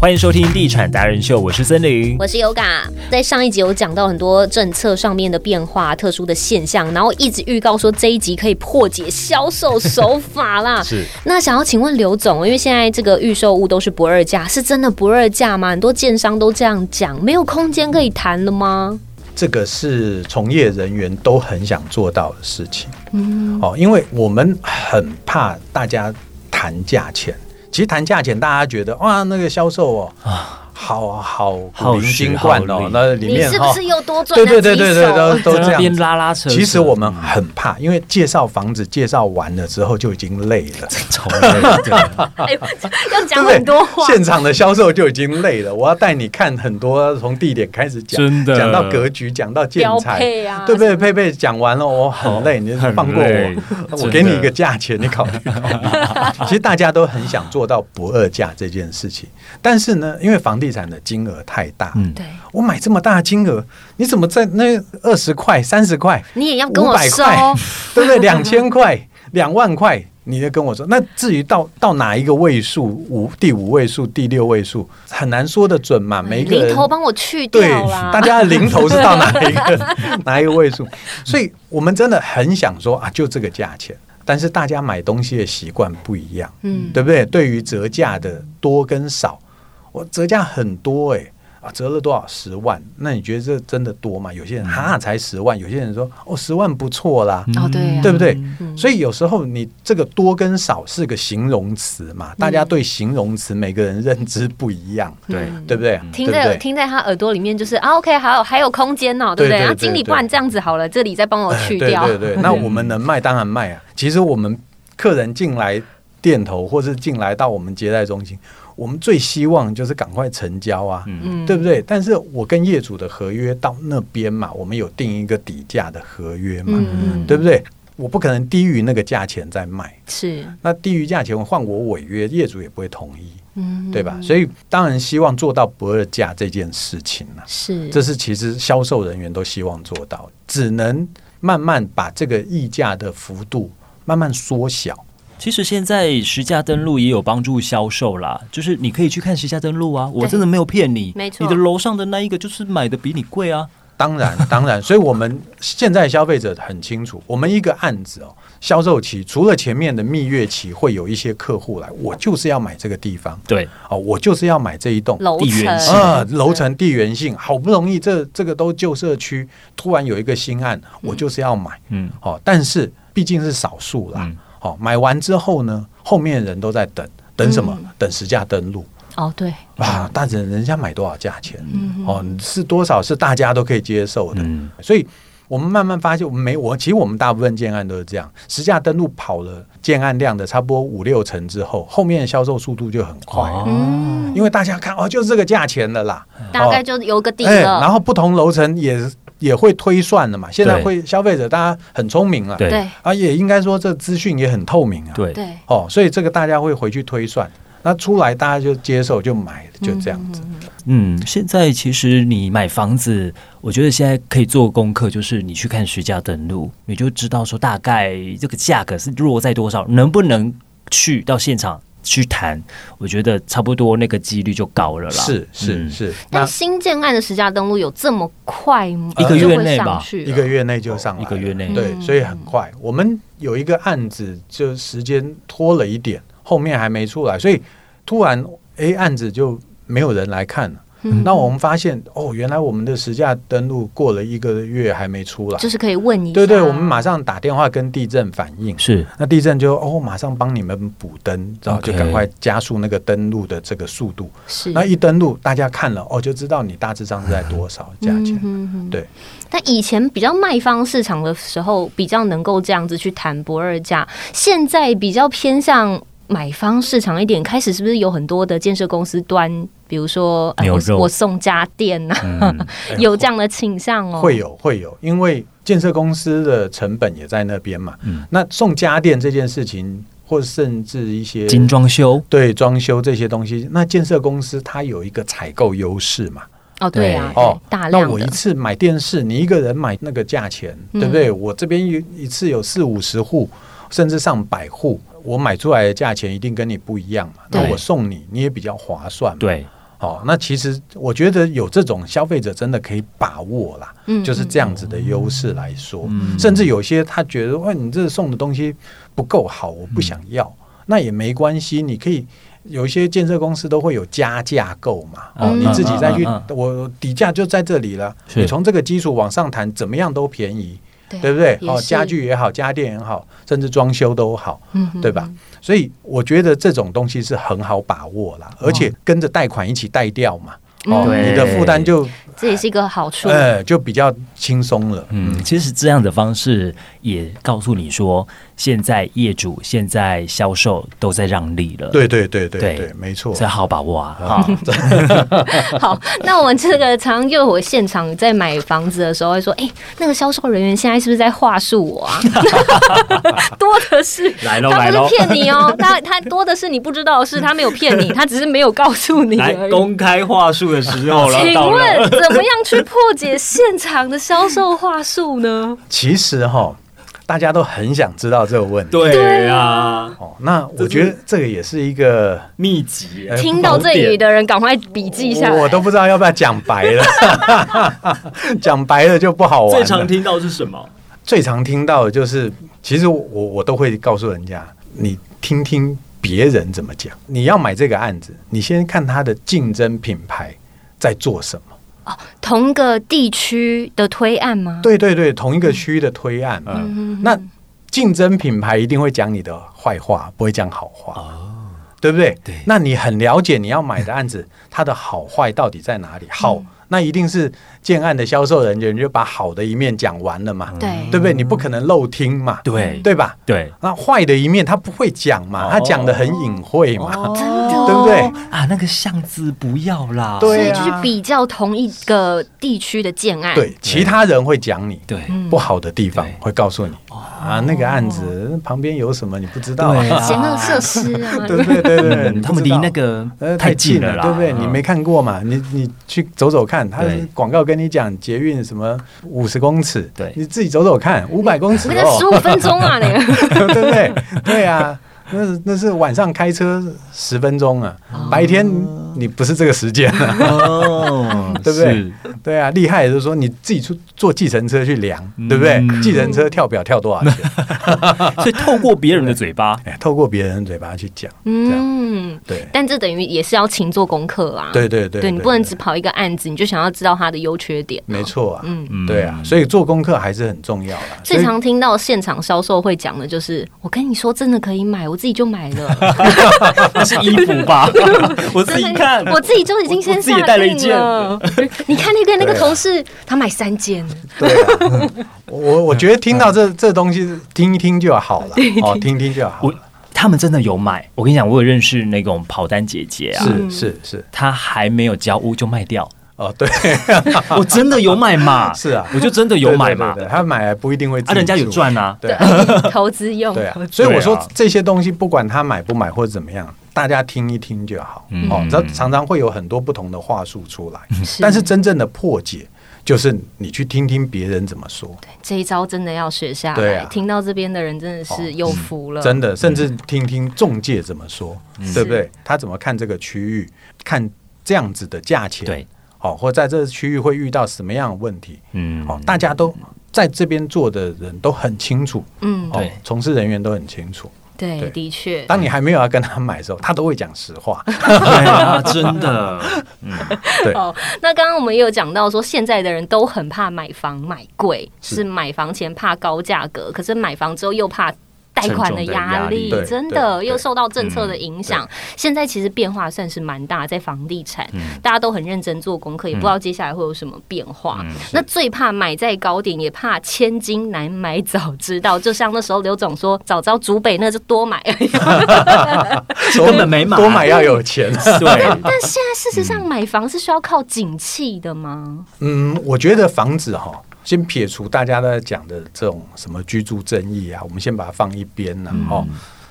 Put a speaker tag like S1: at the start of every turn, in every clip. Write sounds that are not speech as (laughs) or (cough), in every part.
S1: 欢迎收听《地产达人秀》，我是森林。。
S2: 我是 Yoga，在上一集有讲到很多政策上面的变化、特殊的现象，然后一直预告说这一集可以破解销售手法啦
S3: (laughs)
S1: 是
S2: 那想要请问刘总，因为现在这个预售物都是不二价，是真的不二价吗？很多建商都这样讲，没有空间可以谈了吗？
S3: 这个是从业人员都很想做到的事情。
S2: 嗯
S3: 哦，因为我们很怕大家谈价钱。其实谈价钱，大家觉得哇，那个销售哦，好好
S1: 啊好
S3: 古灵精
S1: 实
S3: 怪
S1: 好
S3: 哦
S1: 利，
S3: 那里
S2: 你
S3: 面
S2: 是
S3: 哈
S2: 不，是又多赚
S3: 对
S2: 了几
S3: 对
S2: 手？
S3: 对对对，都都
S1: (laughs) 在
S3: 这
S1: 那边
S3: 样。
S1: 拉拉扯扯。
S3: 其实我们很怕，因为介绍房子介绍完了之后就已经累了，
S1: 丑
S3: (laughs)
S1: 人对
S2: (laughs) 哎要
S3: 对
S2: 讲
S3: 不对
S2: 很多话。
S3: 现场的销售就已经累了，我要带你看很多，从地点开始讲，
S1: 真的
S3: 讲到格局，讲到建
S2: 标
S3: 材，
S2: 配啊，
S3: 对不对？佩佩讲完了，我很累，你就
S1: 很
S3: 放过
S1: 累
S3: 我，
S1: 真
S3: 我给你
S1: 的
S3: 一个价钱，你考
S1: (laughs)
S3: 虑考虑。其实大家都很想做到不二价这件事情，但是呢，因为房地产的金额太大，
S1: 嗯
S2: 对，
S3: 我买这么大的金额，你怎么在那二十块、三十块、
S2: 你也要跟
S3: 五
S2: 我
S3: 百
S2: 收。
S3: 块， (laughs) 对不对？两千块、 (laughs) 两万块，你就跟我说。那至于到到哪一个位数，五第五位数、第六位数，很难说得准嘛。每一个
S2: 零
S3: 人
S2: 头帮我去掉
S3: 对，
S2: 啦。
S3: 大家的零头是到哪一个
S2: (laughs)
S3: 哪一个位数？所以我们真的很想说啊，就这个价钱。但是大家买东西的习惯不一样，
S2: 嗯，
S3: 对不对？对于折价的多跟少，我折价很多哎、啊，折了多少十万？那你觉得这真的多吗？有些人哈才十万，有些人说哦十万不错啦，
S2: 哦对啊
S3: 对不对？
S2: 嗯
S3: 所以有时候你这个多跟少是个形容词嘛，大
S2: 嗯
S3: 家对形容词每个人认知不一样，
S1: 对
S3: 对不对？
S2: 听
S3: 对
S2: 在
S3: 不对
S2: 听在他耳朵里面就是啊，OK，还有还有空间哦，对不对？
S3: 对对
S2: 啊，
S3: 对
S2: 经理，
S3: 对
S2: 不然这样子好了，这里再帮我去掉。(laughs)
S3: 对对对，那我们能卖当然卖啊。其实我们客人进来店头，或是进来到我们接待中心，我们最希望就是赶快成交啊，
S2: 嗯
S3: 对不对？但是我跟业主的合约到那边嘛，我们有定一个底价的合约嘛，
S2: 嗯
S3: 对不对？我不可能低于那个价钱再卖，
S2: 是，
S3: 那低于价钱换我违约，业主也不会同意，
S2: 嗯
S3: 对吧？所以当然希望做到不二价这件事情啊呢、
S2: 是，
S3: 这是其实销售人员都希望做到的，只能慢慢把这个溢价的幅度慢慢缩小。
S1: 其实现在实价登录也有帮助销售啦，就是你可以去看实价登录啊，我真的没有骗你，
S2: 没错
S1: 你的楼上的那一个就是买的比你贵啊，
S3: 当然，当然，所以我们现在消费者很清楚，我们一个案子哦，销售期除了前面的蜜月期会有一些客户来，我就是要买这个地方
S1: 对，
S3: 哦，我就是要买这一栋。
S2: 楼
S1: 地缘性
S2: 层
S3: 啊，楼层地缘性好不容易这这个都旧社区，突然有一个新案，我就是要买。
S1: 嗯，
S3: 哦，但是毕竟是少数啦
S1: 嗯。
S3: 哦，买完之后呢，后面人都在等，等什么？
S1: 嗯
S3: 等实价登录
S2: 哦，对，
S3: 啊！但是人家买多少价钱？
S2: 嗯
S3: 哦，是多少是大家都可以接受的。
S1: 嗯
S3: 所以我们慢慢发现，我们没我其实我们大部分建案都是这样，实价登录跑了建案量的差不多五六成之后，后面的销售速度就很快。
S1: 哦，
S2: 嗯，
S3: 因为大家看哦，就是这个价钱了啦，
S2: 大概
S3: 哦
S2: 就有个底
S3: 哎
S2: 了。
S3: 然后不同楼层也也会推算的嘛。现在
S1: 对
S3: 会消费者大家很聪明了，
S1: 对
S2: 对
S3: 啊，也应该说这资讯也很透明啊。，
S1: 对，
S2: 对，
S3: 哦，所以这个大家会回去推算，那出来大家就接受就买，就这样子。
S1: 嗯，现在其实你买房子，我觉得现在可以做功课，就是你去看实价登录，你就知道说大概这个价格是落在多少，能不能去到现场去谈，我觉得差不多那个几率就高了啦。
S3: 是是
S1: 嗯
S3: 是，
S2: 但
S3: 那
S2: 新建案的实价登录有这么快吗？
S1: 一个
S2: 就
S1: 月
S2: 会
S1: 内
S2: 上
S1: 吧
S2: 去
S3: 一
S2: 了
S3: 个月内就上来
S1: 哦一
S3: 了
S1: 个月内
S3: 对，
S2: 啊嗯
S3: 所以很快。我们有一个案子，就时间拖了一点，后面还没出来，所以突然哎案子就没有人来看了。
S2: 嗯
S3: 那我们发现哦，原来我们的实价登录过了一个月还没出来，
S2: 就是可以问你，
S3: 对对，我们马上打电话跟地震反映，
S1: 是，
S3: 那地震就哦，马上帮你们补灯，然后
S1: OK
S3: 就赶快加速那个登录的这个速度。
S2: 是
S3: 那一登录，大家看了哦，就知道你大致上是在多少价钱。
S2: 嗯哼
S3: 对。
S2: 但以前比较卖方市场的时候，比较能够这样子去谈不二价，现在比较偏向买方市场一点。开始是不是有很多的建设公司端，比如说、呃
S1: 牛
S2: 我
S1: 肉
S2: 我送家电呐、 (laughs)
S1: 嗯，
S2: 有这样的倾向哦？
S3: 哎会有会有，因为建设公司的成本也在那边嘛。
S1: 嗯
S3: 那送家电这件事情，或甚至一些
S1: 精装修，
S3: 对装修这些东西，那建设公司它有一个采购优势嘛。
S2: 哦，对啊，
S3: 哦
S2: 对大
S3: 那
S2: 量
S3: 我一
S2: 的，
S3: 次买电视，你一个人买那个价钱，
S2: 嗯
S3: 对不对？我这边有一次有四五十户，甚至上百户，我买出来的价钱一定跟你不一样嘛，那
S2: 对
S3: 我送你，你也比较划算嘛。
S1: 对，
S3: 哦，那其实我觉得有这种消费者真的可以把握啦，
S2: 嗯
S3: 就是这样子的优势来说，
S1: 嗯
S3: 甚至有些他觉得哇，你这送的东西不够好，我不想要，
S1: 嗯
S3: 那也没关系，你可以。有一些建设公司都会有加价购嘛，哦，
S2: 嗯
S3: 你自己再去，
S1: 嗯嗯
S3: 我底价就在这里了，
S1: 是
S3: 你从这个基础往上谈，怎么样都便宜，
S2: 对
S3: 对不对？
S2: 也
S3: 哦，
S2: 是
S3: 家具也好，家电也好，甚至装修都好，
S2: 嗯哼
S3: 对吧？所以我觉得这种东西是很好把握啦，
S2: 哦
S3: 而且跟着贷款一起贷掉嘛，
S2: 嗯
S3: 哦，
S1: 对
S3: 你的负担就
S2: 这也是一个好处。
S3: 呃就比较轻松了。
S1: 嗯，其实这样的方式也告诉你说，现在业主、现在销售都在让利了，，
S3: 对对对对
S1: 对
S3: 对，没错。嗯
S1: 这好把握啊！哈，
S2: (laughs) 好，那我们这个常就我现场在买房子的时候会说，哎、那个销售人员现在是不是在话术我啊？ (laughs) 多的是，
S1: 来喽
S2: 他
S1: 来
S2: 不
S1: 喽
S2: 是，骗你哦，他他多的是你不知道的事，他没有
S1: (laughs)
S2: 骗你，他只是没有告诉你
S1: 来
S2: 而已。
S1: 公开话术的时候了，
S2: 请
S1: 到了。
S2: 问怎么样去破解现场的销售话
S1: (laughs)
S2: 术呢？
S3: 其实哈，大家都很想知道这个问题。
S1: 对啊，
S3: 哦，那我
S1: 这
S3: 觉
S1: 是
S3: 得这个也是一个，
S1: 秘籍
S3: 呃
S2: 听到这里的人赶快笔记下来。
S3: 我都不知道要不要讲白了， (laughs) 讲白了就不好玩了。
S4: 最常听到是什么？
S3: 最常听到的就是，其实我我都会告诉人家，你听听别人怎么讲。你要买这个案子，你先看他的竞争品牌在做什么。
S2: 同个地区的推案吗？
S3: 对对对，同一个区域的推案，
S2: 嗯
S3: 嗯
S2: 哼哼，
S3: 那竞争品牌一定会讲你的坏话，不会讲好话。对不对？
S1: 对
S3: 那你很了解你要买的案子，它的好坏到底在哪里？好，那一定是建案的销售人员就把好的一面讲完了嘛，
S2: 对
S3: 对不对？你不可能漏听嘛，
S1: 对
S3: 对吧？
S1: 对
S3: 那坏的一面他不会讲嘛，
S1: 哦
S3: 他讲的很隐晦嘛， (laughs)
S2: 真的哦
S3: 对不对？
S1: 啊，那个巷子不要啦，
S3: 对
S2: 所以
S3: 啊
S2: 就是比较同一个地区的建案。
S3: 对，其他人会讲你
S1: 对
S2: 嗯
S3: 不好的地方
S1: 对，哦
S3: 会告诉你啊，那个案子旁边有什么你不知道
S1: 对
S3: 啊，
S1: 啊
S2: 邪恶设施啊，
S3: (laughs) 对不对？对对对，你
S1: 嗯
S3: 不
S1: 他们
S3: 知
S1: 离
S3: 道
S1: 那个
S3: 呃
S1: 太
S3: 太
S1: 近
S3: 了
S1: 了啦，
S3: 对不对？
S1: 嗯
S3: 你没看过嘛？你你去走走看，他
S1: 对
S3: 广告跟你讲捷运什么五十公尺，
S1: 对
S3: 你自己走走
S1: (laughs)
S3: 看，五百公尺
S2: 那
S3: 哦
S2: 个十，五分钟啊，那个
S3: (laughs) 对不对？对啊，那是那是晚上开车十分钟啊，白天你不是这个时间啊。
S1: 哦
S3: (laughs) 对不对对啊，厉害的就是说你自己出坐计程车去量，
S1: 嗯
S3: 对不对？计程车跳表跳多少
S1: (laughs)
S3: 钱？
S1: 所以透过别人的嘴
S3: (laughs)
S1: 巴，
S3: 哎，透过别人的嘴巴去讲，
S2: 嗯，
S3: 对
S2: 但这等于也是要勤做功课啊。
S3: 对对对
S2: 对，你不能
S3: 对
S2: 只跑一个案子，你就想要知道它的优缺点。
S3: 没。错啊，
S2: 嗯，
S1: 嗯
S3: 对啊，所以做功课还是很重要啦。所
S2: 最
S3: 以
S2: 常听到现场销售会讲的就是，我跟你说真的可以买，我自己就买
S3: (laughs)
S2: 了，
S1: 那是衣服吧？我自己看，
S2: 我自己就已经先
S1: 我自
S2: 下
S1: 己带了一
S2: 定了。 (laughs) 你看那个那个同事，他买三件，
S3: 对啊，我我觉得听到这
S1: 嗯
S3: 这东西听一听就好了，哦，听听就好
S1: 我
S3: 了。
S1: 他们真的有买。我跟你讲，我有认识那种跑单姐姐啊，
S2: 嗯
S3: 是是是，
S1: 她还没有交屋就卖掉，
S3: 哦，对， (laughs)
S1: 我真的有买嘛？
S3: 是啊
S1: 我就真的 (laughs) 有买嘛
S3: 对，对对对他买来不一定会自己
S1: 啊，人家有
S3: 住
S1: 赚啊，
S3: 对啊
S2: (laughs) 投资用。
S3: 对啊，所以我说
S1: 对啊
S3: 这些东西，不管他买不买或者怎么样，大家听一听就好。
S1: 嗯
S3: 哦，这常常会有很多不同的话术出来，
S2: 是
S3: 但是真正的破解就是你去听听别人怎么说，
S2: 这一招真的要学下
S3: 对
S2: 来。
S3: 啊哦嗯
S2: 听到这边的人真的是有福了，
S3: 真
S1: 嗯
S3: 的，甚至听听中介怎么说，对不对？他怎么看这个区域，看这样子的价钱，
S1: 对，
S3: 哦，或在这个区域会遇到什么样的问题，
S1: 嗯，
S3: 哦，大家都在这边做的人都很清楚，
S2: 嗯，
S3: 哦
S1: 对，
S3: 从事人员都很清楚。
S2: 对，
S3: 对
S2: 的确。
S3: 当你还没有要跟他买的时候，他都会讲实话，
S1: 对啊，真
S3: (laughs)
S1: 的，
S3: 对。
S2: 哦，那刚刚我们也有讲到说，现在的人都很怕买房买贵，是买房前怕高价格，可是买房之后又怕。贷款的
S1: 沉
S2: 压
S1: 重
S2: 力
S1: 的
S3: 压力
S2: 真
S3: 对
S2: 的
S3: 对
S2: 又受到政策的影响，现在其实变化算是蛮大，在房地产、大家都很认真做功课，也不知道接下来会有什么变化。那最怕买在高点，也怕千金难买早知道。就像那时候刘总说，早知道竹北那就多买而已。
S1: 多根本没买
S3: 多买要有钱。 (laughs)
S1: 对，
S2: 但现在事实上，买房是需要靠景气的吗？
S3: 嗯，我觉得房子哈，先撇除大家在讲的这种什么居住争议啊，我们先把它放一边呢、哦，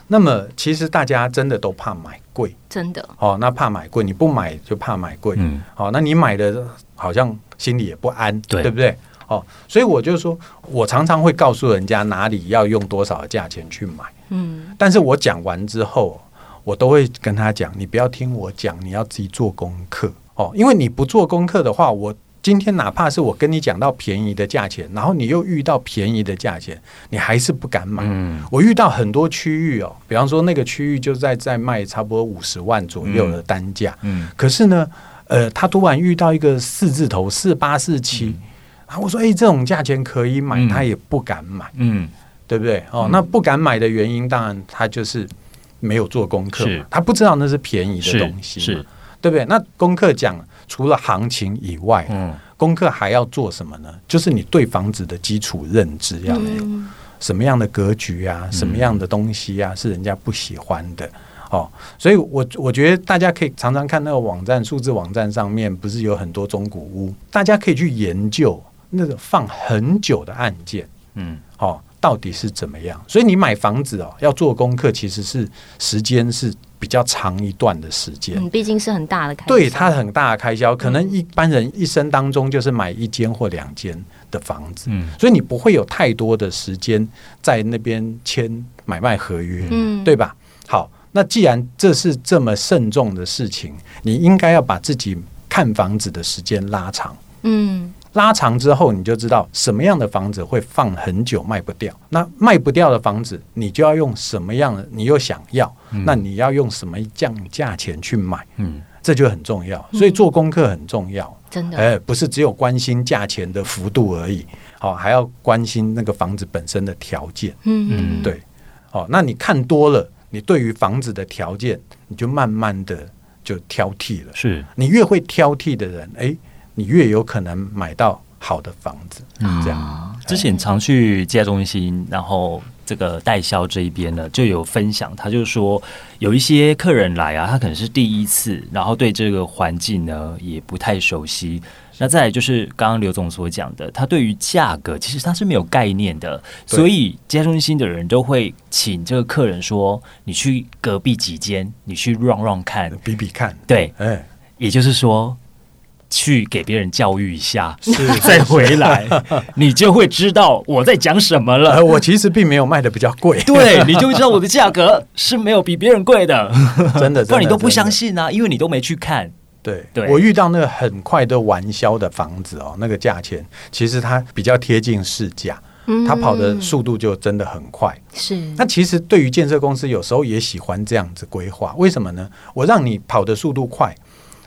S3: 那么其实大家真的都怕买贵
S2: 真的，
S3: 哦，那怕买贵，你不买就怕买贵，
S1: 嗯
S3: 哦，那你买的好像心里也不安，
S1: 对
S3: 不对？哦，所以我就说，我常常会告诉人家哪里要用多少的价钱去买，
S2: 嗯，
S3: 但是我讲完之后，我都会跟他讲，你不要听我讲，你要自己做功课哦，因为你不做功课的话，我。今天哪怕是我跟你讲到便宜的价钱，然后你又遇到便宜的价钱，你还是不敢买。
S1: 嗯，
S3: 我遇到很多区域哦，比方说那个区域就在在卖差不多五十万左右的单价，
S1: 嗯嗯
S3: 可是呢，呃，他突然遇到一个四字头四八四七，啊，我说哎、这种价钱可以买，
S1: 嗯
S3: 他也不敢买，
S1: 嗯
S3: 对不对？哦，那不敢买的原因，当然他就是没有做功课嘛
S1: 是，
S3: 他不知道那是便宜的
S1: 是
S3: 东西，
S1: 是，
S3: 对不对？那功课讲除了行情以外，
S1: 嗯
S3: 功课还要做什么呢？就是你对房子的基础认知要有。
S2: 嗯
S3: 什么样的格局啊，什么样的东西啊，是人家不喜欢的。哦，所以我我觉得大家可以常常看那个网站，数字网站上面不是有很多中古屋，大家可以去研究那个放很久的案件，
S1: 嗯
S3: 哦，到底是怎么样。所以你买房子哦，要做功课，其实是时间是比较长一段的时间。
S2: 嗯，毕竟是很大的开销，
S3: 对它很大的开销，可能一般人一生当中就是买一间或两间的房子，
S1: 嗯
S3: 所以你不会有太多的时间在那边签买卖合约，
S2: 嗯
S3: 对吧？好，那既然这是这么慎重的事情，你应该要把自己看房子的时间拉长。
S2: 嗯
S3: 拉长之后，你就知道什么样的房子会放很久卖不掉。那卖不掉的房子，你就要用什么样的？你又想要，那你要用什么降价钱去买？
S1: 嗯
S3: 这就很重要。所以做功课很重要。
S2: 真的
S3: 哎，不是只有关心价钱的幅度而已，好、还要关心那个房子本身的条件。
S2: 嗯，
S3: 对，哦，那你看多了，你对于房子的条件，你就慢慢的就挑剔了。
S1: 是
S3: 你越会挑剔的人，哎，你越有可能买到好的房子。
S1: 嗯
S3: 这样
S1: 样。之前常去接待中心，然后这个代销这一边呢，就有分享，他就说有一些客人来啊，他可能是第一次，然后对这个环境呢也不太熟悉。那再来就是刚刚刘总所讲的，他对于价格其实他是没有概念的，
S3: 对
S1: 所以接待中心的人都会请这个客人说：“你去隔壁几间，你去 run run 看。
S3: 比比看，”
S1: 对，
S3: 哎，
S1: 也就是说，去给别人教育一下，
S3: 是
S1: (laughs) 再回来，你就会知道我在讲什么
S3: (laughs) 呃，
S1: 了。
S3: 我其实并没有卖的比较贵，
S1: 对，你就会知道我的价格是没有比别人贵 (laughs) 的，
S3: 真的，
S1: 不然你
S3: 真的
S1: 都不
S3: 真的
S1: 相信啊，因为你都没去看。
S3: 对，
S1: (laughs) 对
S3: 我遇到那个很快的完销的房子哦，那个价钱其实它比较贴近市价，
S2: 嗯
S3: 它跑的速度就真的很快。
S2: 是
S3: 那其实对于建设公司，有时候也喜欢这样子规划，为什么呢？我让你跑的速度快，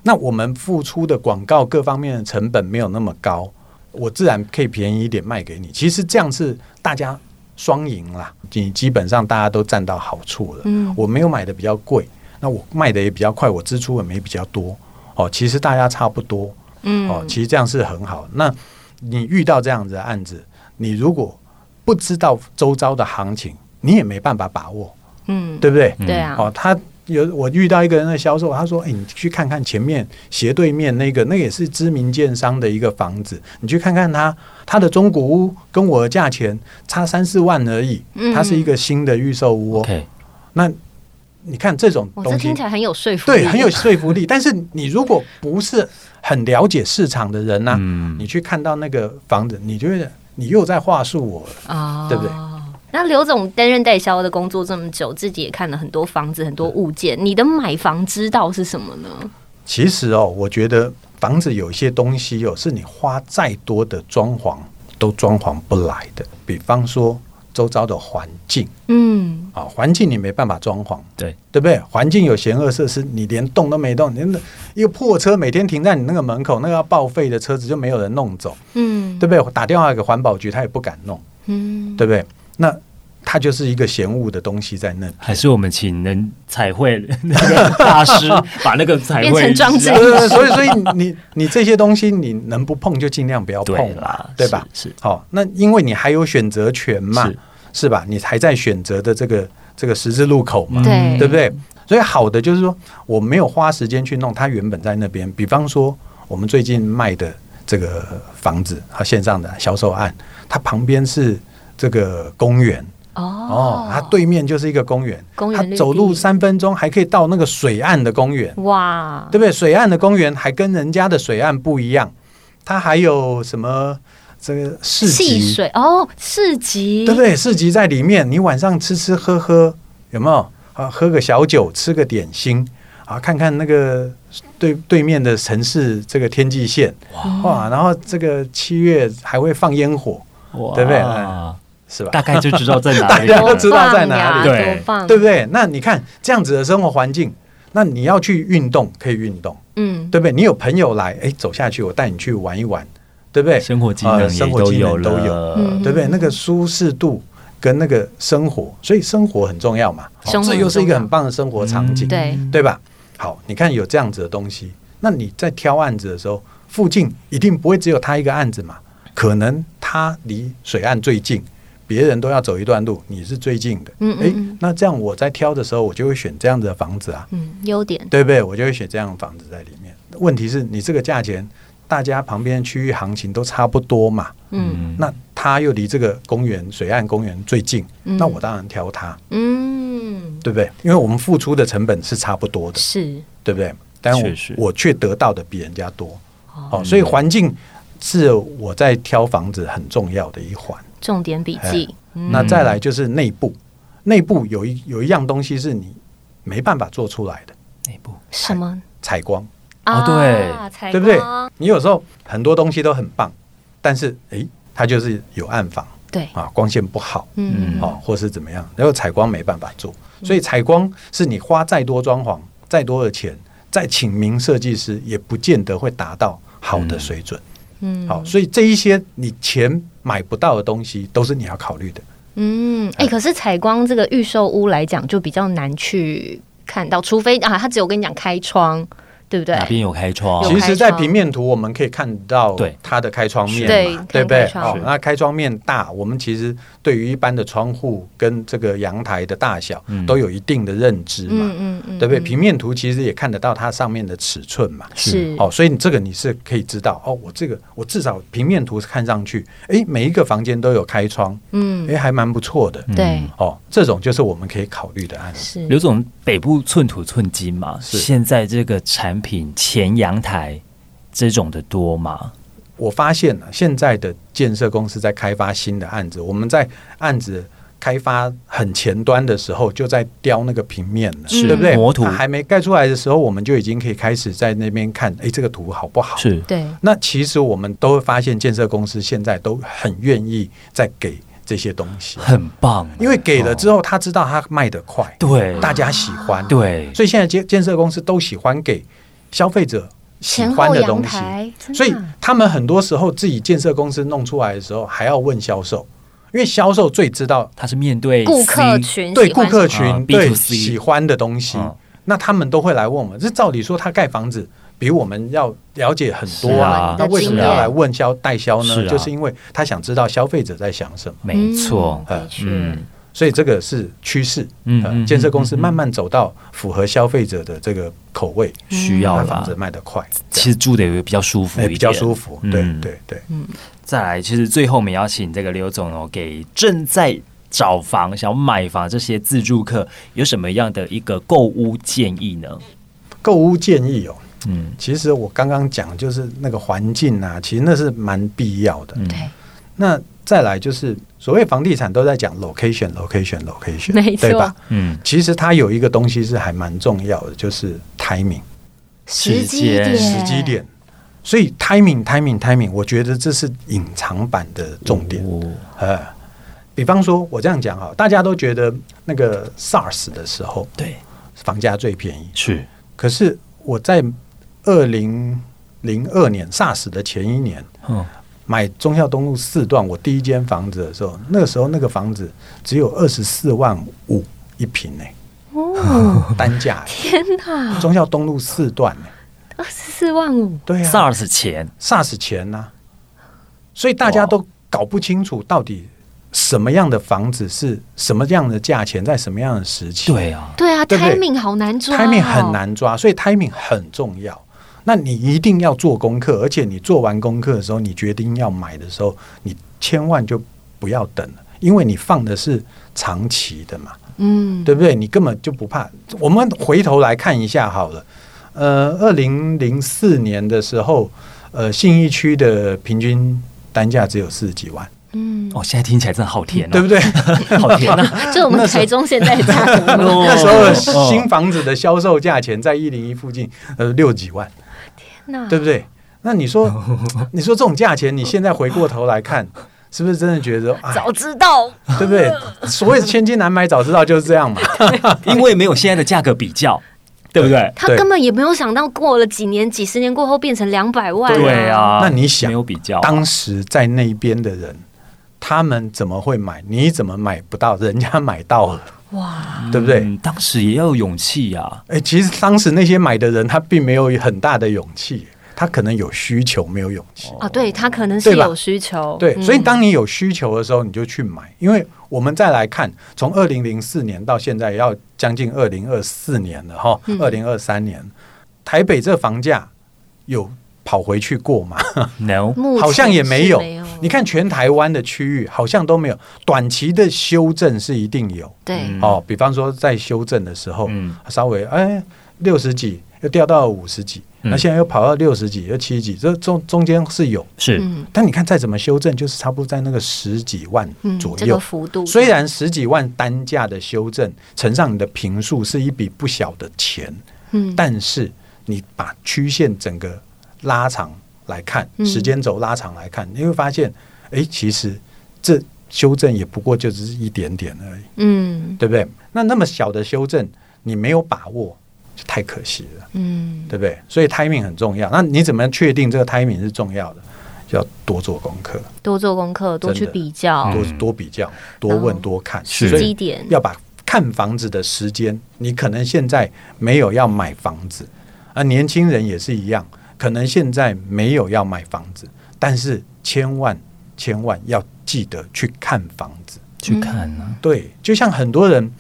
S3: 那我们付出的广告各方面的成本没有那么高，我自然可以便宜一点卖给你。其实这样是大家双赢啦，你基本上大家都占到好处了。
S2: 嗯
S3: 我没有买的比较贵，那我卖的也比较快，我支出也没比较多。哦，其实大家差不多。
S2: 嗯
S3: 哦，其实这样是很好。那你遇到这样子的案子，你如果不知道周遭的行情，你也没办法把握，
S2: 嗯
S3: 对不对？
S2: 对啊，
S3: 哦，他有我遇到一个人的销售，他说：“哎，你去看看前面斜对面那个，那也是知名建商的一个房子，你去看看他他的中古屋跟我的价钱差三四万而已，
S2: 嗯
S3: 它是一个新的预售屋、哦。
S1: OK，
S3: 那你看这种
S2: 哇，这
S3: 东西
S2: 听起来很有说服力，
S3: 对，很有说服
S2: (laughs)
S3: 力。但是你如果不是很了解市场的人呢、
S1: 嗯
S3: 你去看到那个房子，你就会你又在话术我了。
S2: 啊，
S3: 对不对？
S2: 那刘总担任代销的工作这么久，自己也看了很多房子、很多物件，你的买房之道是什么呢？
S3: 其实哦，我觉得房子有一些东西哦，是你花再多的装潢都装潢不来的。比方说周遭的环境
S2: 嗯，
S3: 啊，环境你没办法装潢，
S1: 对，
S3: 对不对？环境有险恶设施，你连动都没动，你那一个破车每天停在你那个门口，那个要报废的车子就没有人弄走，
S2: 嗯，
S3: 对不对？打电话给环保局，他也不敢弄。
S2: 嗯，
S3: 对不对？那它就是一个嫌恶的东西在那里。
S1: 还是我们请能彩绘那个大 (laughs) 师把那个彩
S2: 变
S1: 绘
S2: 成装置
S1: 一下
S3: 对对对所以所以你你这些东西你能不碰就尽量不要碰
S1: 对
S3: 啦
S1: 啦，，
S3: 啊对吧？
S1: 是？是，
S3: 好、那因为你还有选择权嘛，
S1: 是
S3: 是吧？你还在选择的这个这个十字路口嘛，
S2: 对
S3: 对不对？所以好的就是说，我没有花时间去弄它原本在那边。比方说，我们最近卖的这个房子，它线上的销售案，它旁边是这个公园，哦
S2: 哦，，
S3: 它对面就是一个公园，
S2: 公园绿
S3: 它走路
S2: 地
S3: 三分钟还可以到那个水岸的公园，
S2: 哇，
S3: 对不对？水岸的公园还跟人家的水岸不一样，它还有什么这个市
S2: 汽
S3: 集，
S2: 水哦，市集
S3: 对不对？市集在里面，你晚上吃吃喝喝，有没有啊？喝个小酒，吃个点心啊，看看那个对对面的城市这个天际线，哇！然后这个七月还会放烟火，
S1: 哇
S3: 对不对是吧？
S1: 大概就知道在哪里
S3: (laughs) 大家
S1: 了
S3: 都。知道在哪
S1: 里
S2: 多棒呀
S1: 对
S2: 多棒，
S3: 对不对？那你看这样子的生活环境，那你要去运动可以运动，
S2: 嗯，
S3: 对不对？你有朋友来，哎，走下去，我带你去玩一玩，对不对？
S1: 生活技能
S3: 呃
S1: 也
S3: 生活
S1: 都
S3: 技能
S1: 有
S3: 都有
S1: 了，
S2: 嗯
S3: 对不对？那个舒适度跟那个生活，所以生活很重要嘛。
S2: 哦生活
S3: 这又是一
S2: 很重
S3: 个
S2: 要
S3: 很棒的生活场景，
S1: 嗯
S2: 对
S3: 对吧？好，你看有这样子的东西，那你在挑案子的时候，附近一定不会只有他一个案子嘛？可能他离水岸最近，别人都要走一段路，你是最近的。
S2: 嗯嗯
S3: 诶
S2: 嗯
S3: 那这样我在挑的时候，我就会选这样子的房子啊，
S2: 嗯，优点
S3: 对不对？我就会选这样的房子在里面。问题是你这个价钱，大家旁边区域行情都差不多嘛？
S2: 嗯
S1: 嗯，
S3: 那它又离这个公园水岸公园最近，
S2: 嗯
S3: 那我当然挑它，
S2: 嗯
S3: 对不对？因为我们付出的成本是差不多的，
S2: 是
S3: 对不对？但我
S1: 确实
S3: 我却得到的比人家多，哦，所以环境是我在挑房子很重要的一环。
S2: 重点笔记，嗯
S3: 那再来就是内部，内部有一有一样东西是你没办法做出来的，
S1: 内部
S2: 什么
S3: 采光，
S1: 哦对
S2: 对
S3: 对不对？你有时候很多东西都很棒，但是诶，它就是有暗房
S2: 对，
S3: 啊，光线不好，
S2: 嗯
S1: 嗯
S3: 哦，或是怎么样，然后采光没办法做，所以采光是你花再多装潢、再多的钱，再请名设计师，也不见得会达到好的水准。
S2: 嗯
S3: 好，所以这一些你钱买不到的东西，都是你要考虑的。
S2: 嗯，哎、可是采光这个预售屋来讲，就比较难去看到，除非啊，他只有跟你讲开窗，对不对？
S1: 哪边有开窗
S2: 有？
S3: 其
S2: 开
S3: 实，在
S2: 窗
S3: 平面图我们可以看到
S1: 哦对
S3: 它的开窗面
S2: 对
S3: 嘛，
S2: 看
S3: 不对
S2: 开？窗
S3: 哦
S1: 是，
S3: 那开窗面大，我们其实对于一般的窗户跟这个阳台的大小
S1: 嗯
S3: 都有一定的认知嘛，
S2: 嗯嗯
S3: 对不对？平面图其实也看得到它上面的尺寸嘛，
S2: 是
S3: 哦，所以你这个你是可以知道哦，我这个我至少平面图看上去，诶，每一个房间都有开窗，
S2: 嗯
S3: 诶，还蛮不错的。
S1: 嗯
S2: 对
S3: 哦，这种就是我们可以考虑的案子。
S2: 是
S1: 刘总，北部寸土寸金嘛，
S3: 是
S1: 现在这个产品前阳台这种的多吗？
S3: 我发现了、现在的建设公司在开发新的案子，我们在案子开发很前端的时候，就在雕那个平面了，
S1: 是
S3: 对不对？
S1: 模图
S3: 它还没盖出来的时候，我们就已经可以开始在那边看，诶，这个图好不好？
S1: 是，
S2: 对
S3: 那其实我们都会发现，建设公司现在都很愿意在给这些东西。
S1: 很棒，哦
S3: 因为给了之后，他知道他卖得快，
S1: 对
S3: 大家喜欢，，
S1: 对，
S3: 所以现在建建设公司都喜欢给消费者喜
S2: 前
S3: 欢
S2: 后
S3: 的
S2: 阳
S3: 东西，
S2: 台，真的
S3: 所以他们很多时候自己建设公司弄出来的时候，还要问销售，因为销售最知道
S1: 它是面对
S2: 顾客
S1: C，
S2: 群
S3: 对
S2: 喜
S3: 顾
S2: 欢
S3: 客
S1: 什么啊
S3: 群对
S1: B2C
S3: 喜欢的东西
S1: 嗯，
S3: 那他们都会来问我们。这照理说，他盖房子比我们要了解很多啊，
S2: 是啊
S3: 那为什么
S1: 是
S3: 要
S1: 啊
S3: 来问销代销
S1: 是
S3: 呢？
S1: 啊
S3: 就是因为他想知道消费者在想什么。
S1: 没错
S2: 嗯，的确
S1: 嗯
S3: 所以这个是趋势，
S1: 嗯
S3: 呃
S1: 嗯
S3: 建设公司慢慢走到符合消费者的这个口味，
S1: 需要
S3: 把房
S1: 啦
S3: 子。卖得快，
S1: 其实住的也比较舒服
S3: 哎
S1: 一点，
S3: 比较舒服，对
S1: 嗯
S3: 对对，
S1: 再来，其实最后我们也要请这个刘总哦，给正在找房、想买房这些自住客有什么样的一个购屋建议呢？
S3: 购物建议哦，
S1: 嗯，
S3: 其实我刚刚讲就是那个环境啊，其实那是蛮必要的。
S1: 嗯
S2: 对
S3: 那再来就是所谓房地产都在讲 location location location，
S2: 没错
S3: 对吧？
S1: 嗯，
S3: 其实它有一个东西是还蛮重要的，就是 timing
S2: 时机点
S1: 时间
S3: 时机点。所以 timing timing timing，我觉得这是隐藏版的重点。
S1: 哦
S3: 呃，比方说，我这样讲哈，大家都觉得那个 SARS 的时候
S1: 对，
S3: 房价最便宜，
S1: 是，
S3: 可是我在二零零二年 SARS 的前一年
S1: 嗯，
S3: 买忠孝东路四段我第一间房子的时候，那个时候那个房子只有二十四万五一平呢、
S2: 哦，
S3: 单价、欸，
S2: 天哪，
S3: 忠孝东路四段呢、
S2: 二十四万五，
S3: 对啊
S1: SARS 前，
S3: ，SARS 前呐、所以大家
S1: 哦
S3: 都搞不清楚到底什么样的房子是什么样的价钱，在什么样的时期，
S1: 对啊，
S2: 对啊
S3: 对不对
S2: ，timing 好难抓哦
S3: ，timing 很，难抓，所以 timing 很重要。那你一定要做功课，而且你做完功课的时候，你决定要买的时候，你千万就不要等了，因为你放的是长期的嘛，
S2: 嗯，
S3: 对不对？你根本就不怕。我们回头来看一下好了，呃，二零零四年的时候，呃，信义区的平均单价只有四十几万，
S2: 嗯，
S1: 哦，现在听起来真的好甜哦，
S3: 对不对？
S1: 对？好甜啊！
S2: 这我们台中现在的价格吗
S1: 哦
S3: (laughs) 那时候的新房子的销售价钱在一零一附近，呃，六几万，
S2: 那
S3: 对不对？那你说，
S1: 哦
S3: 你说这种价钱，你现在回过头来看，是不是真的觉得，哎，
S2: 早知道，
S3: 对不对？所谓的千金难买早知道就是这样嘛。
S1: 因为没有现在的价格比较，对不对？
S2: 他
S3: (laughs) 对
S2: 根本也没有想到，过了几年、几十年过后变成两百万、
S1: 对啊，
S3: 那你想
S1: 没有比较，
S3: 当时在那边的人，他们怎么会买？你怎么买不到？人家买到了，
S2: 哇，
S3: 对不对？
S1: 嗯当时也要有勇气啊呀。
S3: 哎、其实当时那些买的人，他并没有很大的勇气，他可能有需求，没有勇气。
S2: 啊，对他可能是
S3: 对吧
S2: 有需求，
S3: 对，
S2: 嗯
S3: 所以当你有需求的时候，你就去买。因为我们再来看，从二零零四年到现在，要将近二零二四年了哈
S2: 嗯，
S3: 二零二三年，台北这房价有跑回去过吗？
S1: No，
S2: 目前
S3: 好像也
S2: 没
S3: 没有。你看全台湾的区域好像都没有，短期的修正是一定有。
S2: 对，
S1: 嗯
S3: 哦，比方说在修正的时候，
S1: 嗯
S3: 稍微哎六十几又掉到五十几，
S1: 嗯
S3: 那现在又跑到六十几又七十几，这中中间是有。
S1: 是
S2: 嗯
S3: 但你看再怎么修正，就是差不多在那个十几万
S2: 嗯，
S3: 左
S2: 这
S3: 右。
S2: 个幅度
S3: 虽然十几万单价的修正乘上你的平数是一笔不小的钱，
S2: 嗯，
S3: 但是你把曲线整个拉长来看，
S2: 嗯
S3: 时间轴拉长来看，你会发现，哎，其实这修正也不过就只是一点点而已，
S2: 嗯
S3: 对不对？那那么小的修正，你没有把握，就太可惜了，
S2: 嗯
S3: 对不对？所以 timing 很重要。那你怎么样确定这个 timing 是重要的？就要多做功课，
S2: 多做功课，多
S3: 真
S2: 去
S3: 的
S2: 比较，
S3: 多
S1: 嗯
S3: 多比较，多
S2: 哦
S3: 问多看，
S1: 是
S3: 所
S1: 对
S3: 以
S2: 基点
S3: 要把看房子的时间，你可能现在没有要买房子，啊，年轻人也是一样，可能现在没有要买房子，但是千万千万要记得去看房子。
S1: 去看啊，
S3: 对，就像很多人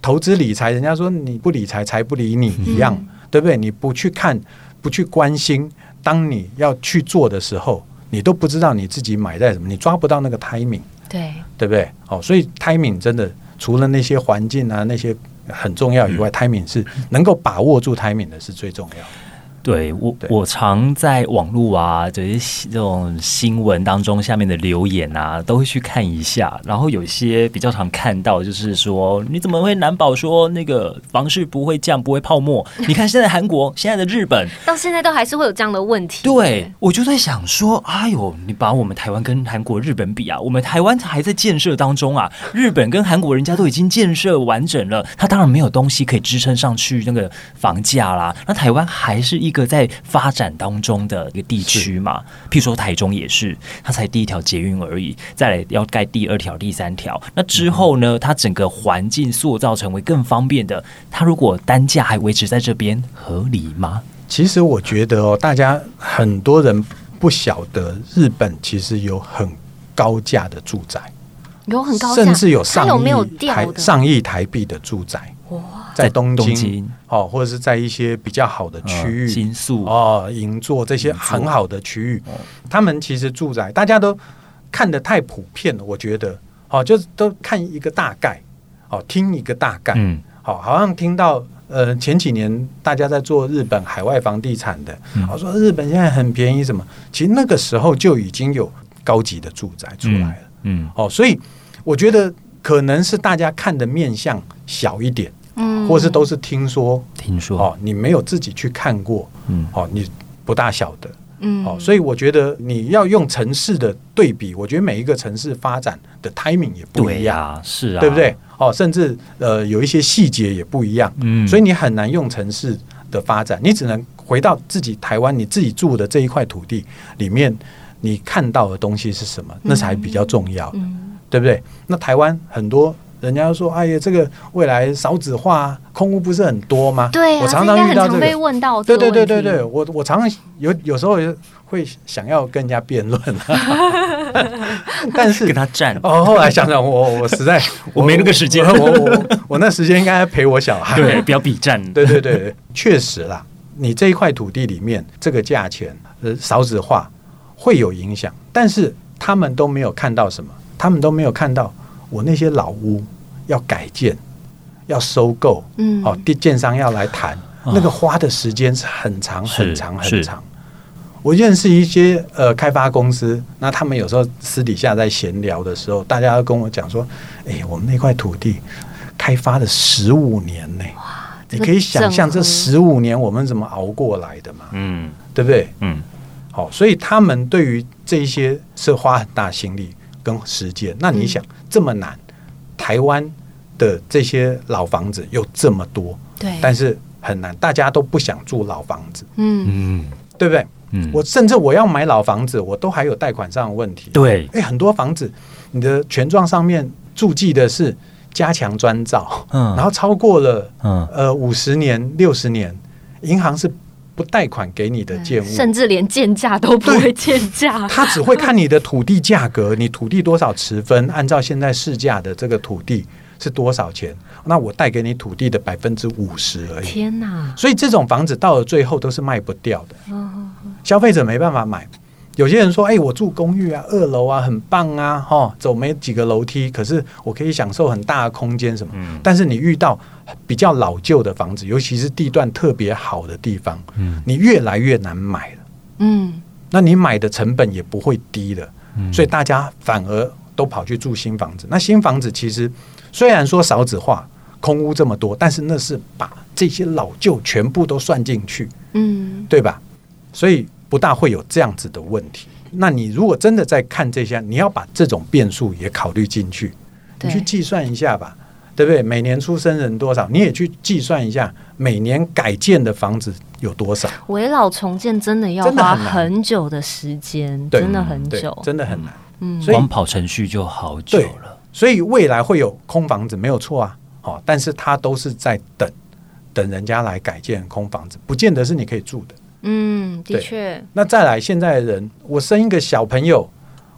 S3: 投资理财，人家说你不理财，财不理你一样，
S2: 嗯
S3: 对不对？你不去看，不去关心，当你要去做的时候，你都不知道你自己买在什么，你抓不到那个 timing。
S2: 对，
S3: 对不对？哦，所以 timing 真的除了那些环境啊那些很重要以外、t i m i n g 是能够把握住 timing 的是最重要的。
S1: 对我
S3: 对
S1: 我常在网络啊，这些这种新闻当中下面的留言啊，都会去看一下。然后有一些比较常看到，就是说你怎么会难保说那个房市不会降，不会泡沫？你看现在韩国，现在的日本，
S2: 到现在都还是会有这样的问题，
S1: 对，我就在想说，哎呦，你把我们台湾跟韩国、日本比啊，我们台湾还在建设当中啊，日本跟韩国人家都已经建设完整了，它当然没有东西可以支撑上去那个房价啦。那台湾还是一个在发展当中的一个地区嘛，譬如说台中也是，它才第一条捷运而已，再来要盖第二条、第三条。那之后呢，它整个环境塑造成为更方便的，它如果单价还维持在这边，合理吗？
S3: 其实我觉得哦，大家很多人不晓得，日本其实有很高价的住宅，
S2: 有很高价，
S3: 甚至有
S2: 它
S3: 上
S2: 有没有
S3: 亿
S2: 掉
S3: 台
S2: 的？
S3: 上亿台币的住宅，
S2: 哇，
S1: 在
S3: 在东
S1: 东
S3: 京
S1: 京
S3: 哦，或者是在一些比较好的区
S1: 嗯
S3: 域，
S1: 新宿
S3: 哦，银座这些
S1: 座
S3: 很好的区域，他们其实住宅大家都看得太普遍了，我觉得哦，就是都看一个大概，哦，听一个大概，
S1: 嗯。
S3: 好、好像听到呃前几年大家在做日本海外房地产的，
S1: 嗯
S3: 好、说日本现在很便宜什么，其实那个时候就已经有高级的住宅出来了，
S1: 嗯，
S3: 哦，所以我觉得可能是大家看的面相小一点，
S2: 嗯
S3: 或是都是听说
S1: 听说，
S3: 哦，你没有自己去看过，
S1: 嗯
S3: 哦，你不大晓得。
S2: 嗯
S3: 哦，所以我觉得你要用城市的对比，我觉得每一个城市发展的 timing 也不
S1: 对
S3: 一
S1: 呀、
S3: 样，
S1: 是
S3: 对,、
S1: 啊，
S3: 不对？？哦，甚至呃有一些细节也不一样，
S1: 嗯
S3: 所以你很难用城市的发展，你只能回到自己台湾你自己住的这一块土地里面，你看到的东西是什么，那才比较重要，
S2: 嗯
S3: 对不对？那台湾很多。人家说：“哎呀，这个未来少子化啊、空屋不是很多吗？”
S2: 对啊，
S3: 我常
S2: 这应该
S3: 常遇
S2: 很常
S3: 到这个
S2: 被，问到这
S3: 对
S2: 个
S3: 对
S2: 问题，
S3: 对对对，我我常常有有时候会想要跟人家辩
S2: (laughs)
S3: 论、但是
S1: 跟他站，
S3: 哦，后来想想我我实在
S1: 我没那个时间
S3: 我我我我那时间应该陪我小孩。
S1: 对，不要比战，
S3: 对对对 (laughs) 对，确实啦，你这一块土地里面这个价钱呃少子化会有影响，但是他们都没有看到什么，他们都没有看到我那些老屋要改建，要收购，
S2: 嗯
S3: 哦，地建商要来谈，那个花的时间是很长
S1: 啊是
S3: 很长
S1: 是
S3: 很长。我认识一些呃开发公司，那他们有时候私底下在闲聊的时候，大家都跟我讲说，哎、我们那块土地开发了十五年呢、你可以想象这
S2: 整合
S3: 十五年我们怎么熬过来的嘛，
S1: 嗯
S3: 对不对？
S1: 嗯，
S3: 好，所以他们对于这一些是花很大心力跟时间。那你想，
S2: 嗯
S3: 这么难，台湾的这些老房子又这么多，
S2: 对，
S3: 但是很难，大家都不想住老房子，
S2: 嗯，
S1: 嗯
S3: 对不对？
S1: 嗯
S3: 我甚至我要买老房子，我都还有贷款上的问题。，
S1: 对，
S3: 哎，很多房子你的权状上面注记的是加强专照，
S1: 嗯
S3: 然后超过了
S1: 嗯
S3: 呃五十年、六十年，银行是不贷款给你的建物，
S2: 嗯甚至连建价都不会建
S3: (laughs)
S2: 价，
S3: 他只会看你的土地价格， (laughs) 你土地多少持分，按照现在市价的这个土地是多少钱，那我贷给你土地的百分之五十而已。
S2: 天哪，
S3: 所以这种房子到了最后都是卖不掉的，
S2: 哦
S3: 消费者没办法买。有些人说：“哎、我住公寓啊，二楼啊，很棒啊，哈，走没几个楼梯，可是我可以享受很大的空间什么。
S1: 嗯
S3: 但是你遇到比较老旧的房子，尤其是地段特别好的地方，
S1: 嗯
S3: 你越来越难买了。
S2: 嗯，
S3: 那你买的成本也不会低了，
S1: 嗯
S3: 所以大家反而都跑去住新房子。那新房子其实虽然说少子化、空屋这么多，但是那是把这些老旧全部都算进去，
S2: 嗯，
S3: 对吧？所以不大会有这样子的问题。那你如果真的在看这些，你要把这种变数也考虑进去，你去
S2: 对
S3: 计算一下吧，对不对？每年出生人多少，你也去计算一下每年改建的房子有多少。
S2: 围绕重建真的要
S3: 真的
S2: 花
S3: 很难
S2: 很久的时间，
S3: 对
S2: 真的很
S3: 对
S2: 久，，
S3: 真的很难。
S2: 嗯，
S3: 所以
S1: 光跑程序就好久
S3: 对
S1: 了，
S3: 所以未来会有空房子没有错啊，哦，但是它都是在等，等人家来改建空房子，不见得是你可以住的。
S2: 嗯，的
S3: 对
S2: 确，
S3: 那再来，现在的人，我生一个小朋友，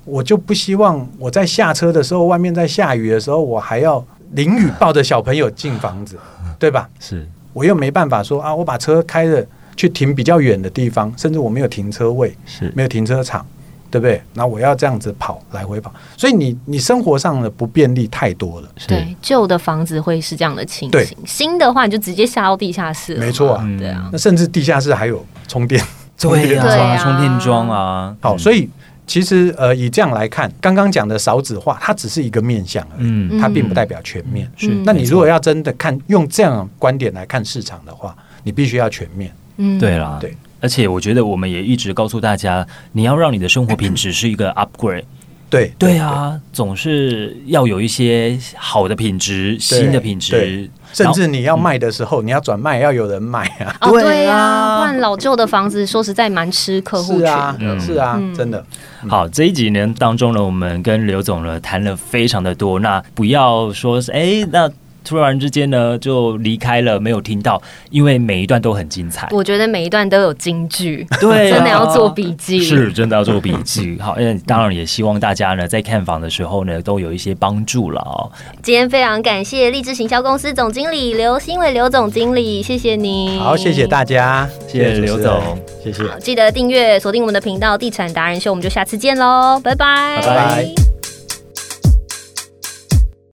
S3: 我就不希望我在下车的时候，外面在下雨的时候，我还要淋雨抱着小朋友进房子，对吧？
S1: 是
S3: 我又没办法说啊，我把车开了去停比较远的地方，甚至我没有停车位，
S1: 是，
S3: 没有停车场，对不对？那我要这样子跑来回跑，所以你你生活上的不便利太多了。
S1: 是
S2: 对，旧的房子会是这样的情
S3: 对
S2: 形，新的话你就直接下到地下室了嘛，
S3: 没错啊
S1: 嗯
S2: 对啊，
S3: 那甚至地下室还有充电。
S1: 对呀、
S2: 对啊
S1: 充电桩啊，
S3: 好，
S1: 嗯
S3: 所以其实呃，以这样来看，刚刚讲的少子化，它只是一个面向而已，
S1: 嗯
S2: 嗯
S3: 它并不代表全面。
S1: 是
S2: 嗯，
S3: 那你
S1: 没错
S3: 如果要真的看用这样的观点来看市场的话，你必须要全面。
S2: 嗯，
S1: 对啦，
S3: 对。
S1: 而且我觉得我们也一直告诉大家，你要让你的生活品质是一
S3: (coughs)
S1: 个 upgrade，
S3: 对
S1: 对，啊，总是要有一些好的品质、新的品质
S3: 对，甚至你要卖的时候，你要转卖，要有人买啊。
S2: 哦，
S1: 对
S2: 对
S1: 啊
S2: 啊，不然老旧的房子说实在蛮吃客户
S3: 是
S2: 群
S3: 啊
S2: 的，，
S1: 嗯
S3: 是啊
S2: 嗯，
S3: 真的。
S1: 好，这一集呢当中呢，我们跟刘总呢谈了非常的多。那不要说是哎，那突然之间呢就离开了，没有听到，因为每一段都很精
S2: (laughs)
S1: 彩。
S2: 我觉得每一段都有金
S3: (laughs)
S2: 句，
S1: 对啊、
S2: 真的要做笔记，
S1: 是真的要做笔记。好，嗯，当然也希望大家呢在看房的时候呢都有一些帮助了哦。
S2: 今天非常感谢励志行销公司总经理刘新伟刘总经理，谢谢你。
S3: 好，谢谢大家，
S1: 谢谢
S3: 主持
S1: 刘
S3: 人
S1: 总，
S3: 谢谢。
S2: 好，记得订阅锁定我们的频道《地产达人秀》，我们就下次见喽，拜拜，
S1: 拜拜。